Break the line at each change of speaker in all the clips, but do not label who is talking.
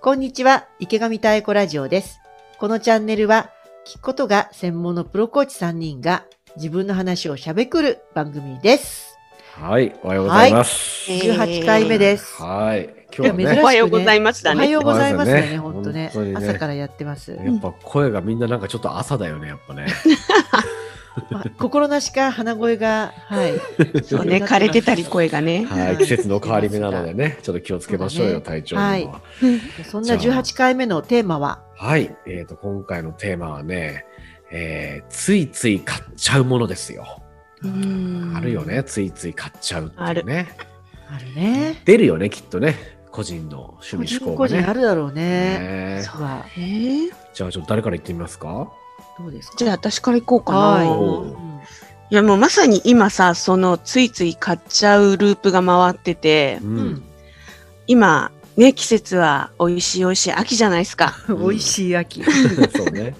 こんにちは、池上太子ラジオです。このチャンネルは、聞くことが専門のプロコーチ3人が自分の話を喋る番組です。
はい、おはようございます。
えー
18回目です。
はい、今日はい
や珍しい
お
ね、
はようございまし
お
た
は
ね。
ようございますだね、
おはよ
本
う
当
ござい
ね
ます本当にね
朝からやってます。
やっぱ声がみんななんかちょっと朝だよね、やっぱね。
まあ心なしか鼻声が、はい。
そうね、枯れてたり声がね。
はい、季節の変わり目なの でね、ちょっと気をつけましょう
そう
よ、
だ
体調には。
はいそんな
じゃあ
18回目のテーマは、
はい、えっ、と、今回のテーマはね、えーついつい買っちゃうものですよ。あるよね、ついつい買っちゃうっていうね。
あるね。
出るよね、きっとね、個人の趣
個
味
人
思考
個
がね。
人あるだろうね。
ね
そうは
えー
じゃあ、ちょっと誰から言ってみますか
どうですか
じゃあ私から行こうかな。
はい
お
い
ー
うん
やもうまさに今さ、そのついつい買っちゃうループが回ってて
う、
うん
ん。
今、ね、季節は美味しい美味しい秋じゃないです か。
うん
美味しい 秋。
そうね。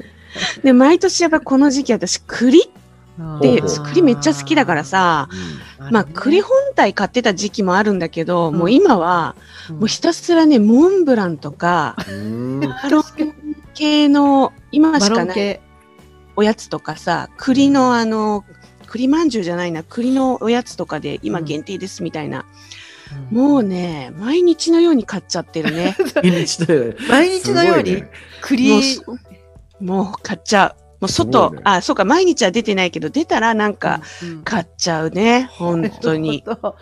で、毎年やっぱりこの時期私栗っ
あ
て、
ほうほ
ー
う
栗めっちゃ好きだから、さ、
るね
まあ栗本体買ってた時期もあるんだけど、
うん
もう今は、
うん
もうひたすらね、モンブランとか、
うん。 うん
マロン系の今
マ
し
ロ
か
ン
ない
系。
おやつとかさ栗のあの栗まんじゅうじゃないな栗のおやつとかで今
うん
限定ですみたいな、
うん
もうね毎日のように買っちゃってるね
毎日のように
毎日のように
す
栗、
もうそもう買っちゃうもう
す
外、
ごいね
あそうか毎日は出てないけど出たらなんか
うん
買っちゃうね本当に
なるほど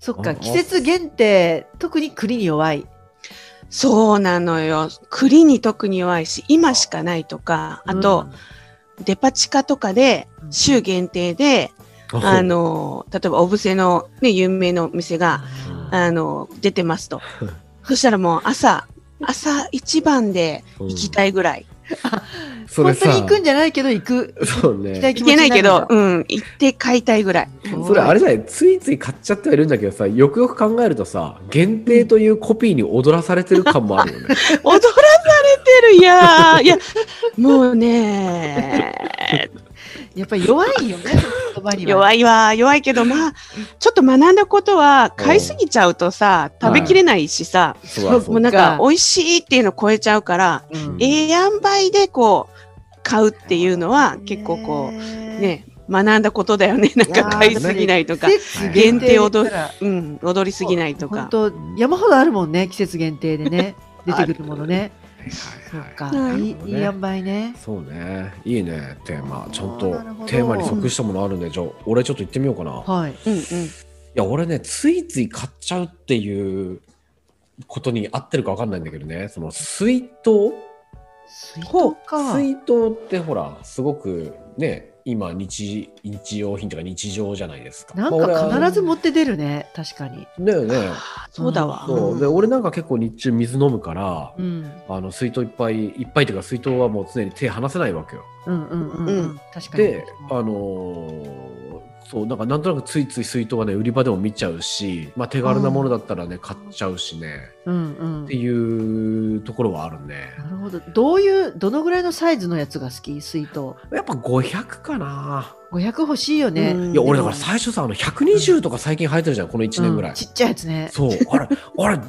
そっ
あ
か、
あ
季節限定、特に栗に弱い。
そうなのよ栗に特に弱いし今しかないとかあと、デパ地下とかで
うん
週限定で、
ごいね
あの例えばお布施の、ね、有名のお店が
あ
あの、出てますと。そしたらもう朝、朝一番で行きたいぐらい。
それ
本当
さ
に行くんじゃないけど行く。
そう
行きたい
ね。
気持ち
行け
に
な
る
いけ
んだ
ど、うん、行って買いたいぐらい。
うん
それあれじゃないついつい買っちゃってはいるんだけどさよくよく考えるとさ限定というコピーに踊らされてる感もあ るよね。
踊らされてるいやーいや、もうね
やっぱり弱いよね、言葉には。
弱いわ、弱いけど、まあ、ちょっと学んだことは、買いすぎちゃうとさ、
うん
食べきれないしさ、
そうだそ
もう
うだ
なんか、美味しいっていうの超えちゃうから、
うん。
え
ええやんばいでこう、買うっていうのは、結構こう、
う
ね、学んだことだよ ね。なんか買いすぎないとか。
季節限定をどうら
うん、踊りすぎないと
本
か。
当山ほどあるもんね季節限定で ね出てくるものねそうか
はい
いい
なるほど
いい
ね
塩梅ね
そうねいいねテーマちゃん
あ
と
ーなるほど
テーマに即したものあるんでじゃあ俺ちょっと行ってみようかな。い
はい
うんうん。
や俺ねついつい買っちゃうっていうことに合ってるかわかんないんだけどねその水筒
水
ほ
筒
う
か
水筒ってほらすごくね今日日用品というか日常じゃないですか。
なん
まあ俺は
か必ず持って出るね確かに
だよね。
そうだわ。
そううんで俺なんか結構日中水飲むから、
うん
あの水筒いっぱいいっぱいっていうか水筒はもう常に手離せないわけよ。
うんうんうん
う
うん
ん
確かに
であのーそうなんかなんとなくついつい水筒はね売り場でも見ちゃうし、まあ、手軽なものだったらね買っちゃうしね
うんうん
っていうところはあるね。
なるほどどういうどのぐらいのサイズのやつが好き水筒
やっぱ500かな。
500欲しいよね
うん
いや俺だから最初さあの120とか最近流行ってるじゃんこの1年ぐらい。
うんちっちゃいやつね
そうあれあれ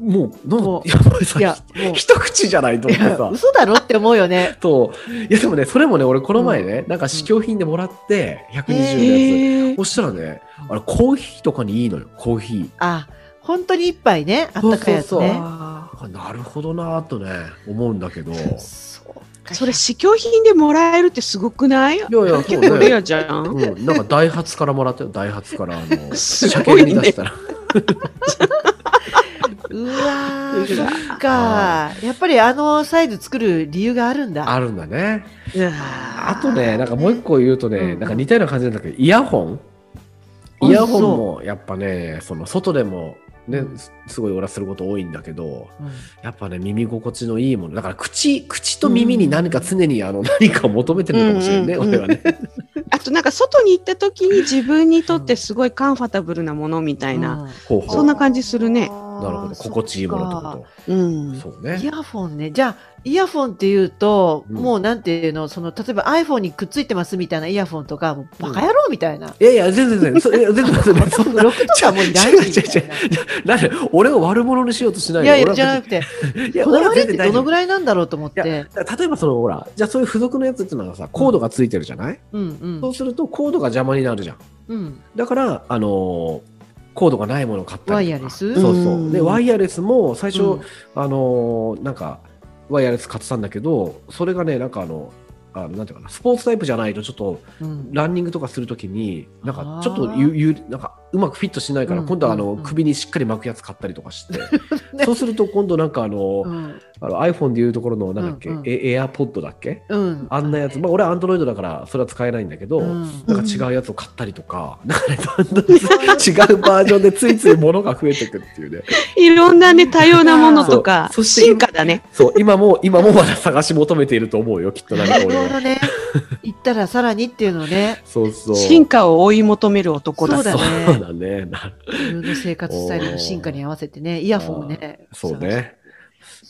もうなん
もう
だやばいさ
いやもう
一口じゃないと
い
思って
や
さ。
嘘だろって思うよね
と、いやでもね、それもね、俺この前ね、なんか試供品でもらって、120のや
へ
つ。
ー
そしたらね、あれ、コーヒーとかにいいのよ、コーヒー。
あ本当に一杯ねあったかいやつ
そうそうそう
ね
あ
あなるほどなぁとね、思うんだけど。いやい
そう
ー
か
それ試供品でもらえるってすごくない
や、
結
そ
構
う
レ
ね。
アじゃん。
うん、なんかダイハツからもらったよ、ダイハツから、あの、
す
車
ご
検
い
に
ね
出したら。
うわー、そっか。やっぱりあのサイズ作る理由があるんだ。
あるんだね。
うわ
あとね、なんかもう一個言うと
うん
ね、
うん
なんか似たような感じなんだけど、イヤホ
あ
ンイヤホンもやっぱね、その外でも、ね、すすごい俺はすること多いんだけど、
うん
やっぱね、耳心地のいいもの。だから、口、口と耳に何か常に、あの、何かを求めてるのかもしれないね、
うんうん
俺
うん
はね。
あとなんか外に行った時に自分にとってすごいカンファタブルなものみたいな。
うん
ほうほう
そんな感じするね。
あ
なるほど心地いいものってこ
うん
とそうね
イヤフォンね。じゃあ、イヤフォンっていうと、
うん
もうなんていうの、その、例えば iPhone にくっついてますみたいなイヤフォンとか、もうバカ野郎みたいな。
いやいや全然全然そいや全然全然そんな
6とかもういらないみたいな
違う違う違うなんで俺を悪者にしようとしない
い
の
やい
俺
や、
は
じゃなくて、
いや
こだわりってどのぐ
い
らいなんだろうと思っ
い
て。
例えばそのほらじゃあそういう付属のやつっていうのはさコードがついてるじゃない、
うんう
そ
ん
うするとコードが邪魔になるじゃん
うん。
だからあのーコードがないものを買ったりとか
ワイヤレス
そうそううんでワイヤレスも最初、
うん
あのーなんかワイヤレス買ってたんだけどそれがねなんかあのあのなんていうかなスポーツタイプじゃないとちょっと
うん
ランニングとかするときになんか
あー
ちょっとゆゆなんかうまくフィットしないから、
うん
今度はあ
う
の、
んうん
首にしっかり巻くやつ買ったりとかして、
ね
そうすると今度なんかあの,、
うん。
あの iPhone でいうところのなんだっけ、
うんうん
エエアポッドだっけ
うん。
あんなやつ、まあ、俺はアンドロイドだからそれは使えないんだけど、
うん
なんか違うやつを買ったりとか、なんかね、どんどん違うバージョンでついつい物が増えてくっていうね。
いろんなね、多様なものとか、
そうそして
進化だね。
そう、今も、今もまだ探し求めていると思うよ、きっとなんか
なる
俺
ほ
は。
どね。行ったらさらにっていうのね、
そうそう。
進化を追い求める男だ
そうだね
そうだね。な
自分の生活スタイルの進化に合わせ てね、イヤホンをね。
そうね。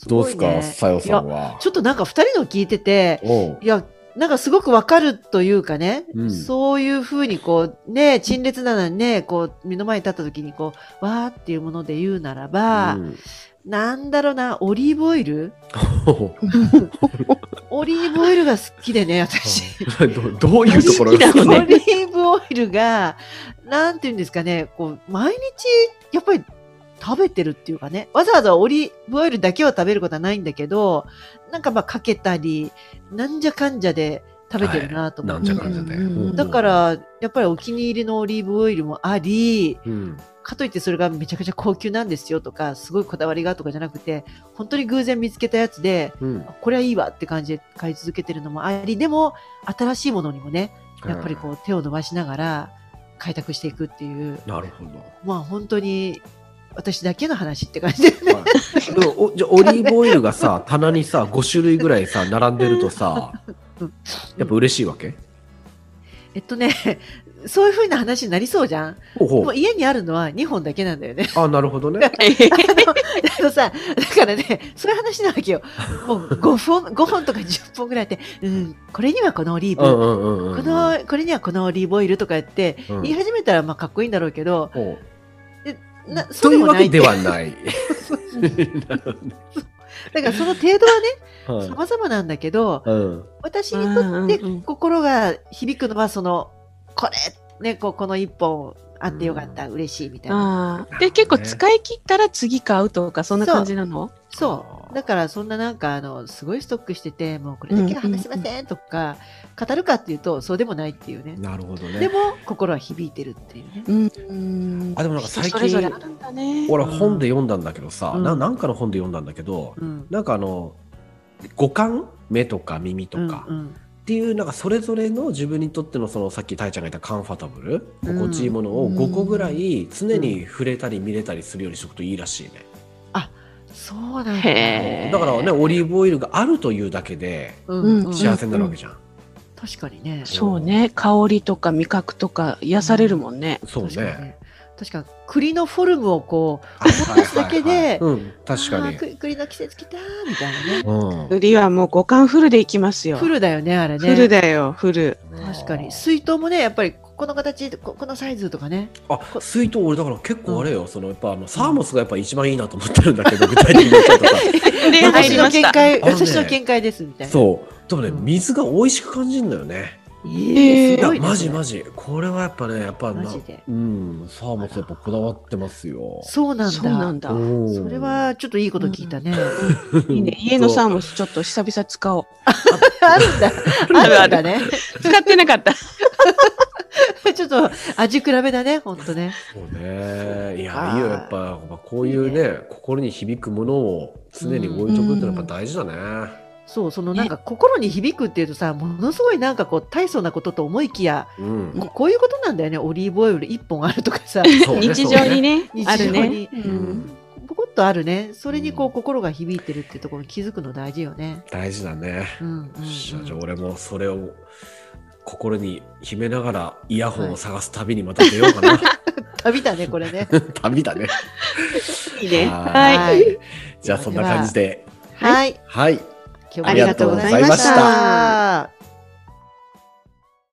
ど
ご
う
い
で
ね
すか、さよさんは。
ちょっとなんか二人の聞いてて、
おう
いや、なんかすごくわかるというかね、
うん
そういうふうにこう、ね、陳列なのにね、こう、目の前に立った時にこう、わーっていうもので言うならば、
うん
なんだろうな、オリーブオイル
おう
オリーブオイルが好き でね、私。
どどういう ところ
好きだ
オリ
ね
ーブオイルが、なんていうんですかね、こう、毎日、やっぱり食べてるっていうかね、わざわざオリーブオイルだけは食べることはないんだけど、なんかまあかけたり、なんじゃかんじゃで食べてるなと思
な
っ
ん
て
じゃかんじゃね。
うん
うん
だか、ら、やっぱりお気に入りのオリーブオイルもあり、
うん、
かといってそれがめちゃくちゃ高級なんですよとか、すごいこだわりがとかじゃなくて、本当に偶然見つけたやつで、
うん。
これはいいわって感じで買い続けてるのもあり、でも、新しいものにもね、やっぱりこう手を伸ばしながら開拓していくっていう、
うん。なるほど。
まあ本当に私だけの話って感じ でね。
はいでもおじゃあオリーブオイルがさ、棚にさ、5種類ぐらいさ、並んでるとさ、やっぱ嬉しいわけ
えっとね、そういう風な話になりそうじゃん。
ほうほ
も
う
う。家にあるのは2本だけなんだよね。
あ、なるほどね。
あのさ、だからね、そういう話なわけよ。もう5本、5本と か10本ぐらいあって、うん、これにはこのオリー
うん
ブ、
うんうんう
こ
ん。
の、これにはこのオリーブオイルとかやって、
うん、
言い始めたらまあかっこいいんだろうけど、
ほう
な、そ
と
う
い
で
う
も
わ
な
け
い。
で
だか
はない。
らその程度はね、
はい
様々なんだけど、
うん
私にとって
うんうんうん
心が響くのはそのこれねこうこの一本あってよかった、嬉しいみたいな
あーで、結構使い切ったら次買うとか、そんな感じなの
そうだからそんななんかあのすごいストックしててもうこれだけは話せませんとか、語るかっていうとそうでもないっていうね
なるほど
で
ね。
も心は響いてるっていうね
うん。
あでもなんか最近
人それぞれあるんだね。
俺本で読んだんだけどさ、
うん
ななんかの本で読んだんだけど、
うん
なんかあの五感目とか耳とか、
うん
っていうなんかそれぞれの自分にとってのそのさっきたいちゃんが言ったカンファタブル、
うん
心地いいものを5個ぐらい常に触れたり見れたりするようにしとくといいらしいね。
うんそうなんだ、
へー
だからねオリーブオイルがあるというだけで
うんうん
うん
幸せになるわけじゃん。
確かにね
そうね、香りとか味覚とか癒されるもんね。
そう
確かに
ね。
確かに栗のフォルムをこう
思
出すだけで
うん、確かに
あ。ー栗の季節来たーみたいなね
うん
栗はもう五感フルでいきますよ。
フルだよねあれね
フルだよ、フル。
確かに水筒もねやっぱりこの形ここのサイズとかね
あ水筒俺だから結構あれよ、そのやっぱあのサーモスがやっぱ一番いいなと思ってるんだけど具体的に言っち ゃうとさ
で、入
私
り
の
まし
見
た。
解
あのね
私の見解ですみたいな
そうでもね、
うん
水が美味しく感じるんだよね
えー
えー
い
す
や
ごいね
マジ
それ
マジこれはやっぱねやっぱな
マジで
うんサーモスやっぱこだわってますよ
そうなんだ
そうなんだ。
うん
それはちょっといいこと聞いたね、
いいね。家のサーモスちょっと久々使おう。
あるん だあるんだね
使ってなか った。
ちょっと味比べだねほんとね
そうねい
あ
や
ー
いいよやっぱやっぱこういうね心に響くものを常に置いとくってのはやっぱ大事だね、
そうそのなんか心に響くっていうとさものすごいなんかこう大層なことと思いきや
うん
ここういうことなんだよねオリーブオイル1本あるとかさ
そうね
日常にね
そうね、
ある
日常
ね。う
そうねうん
ん
ポコッとあるねそれにこう心が響いてるっていうところに気づくの大事よね、
大事だね
うんうんうん
よっしゃじゃあ俺もそれを心に秘めながらイヤホンを探す旅にまた出ようかな。
旅だね、これね。
旅だね。
いいね。
はい
はい
じゃあそんな感じで。
はい。
はい。
今日も
ありがとうござ
あ
いました
りがとうございました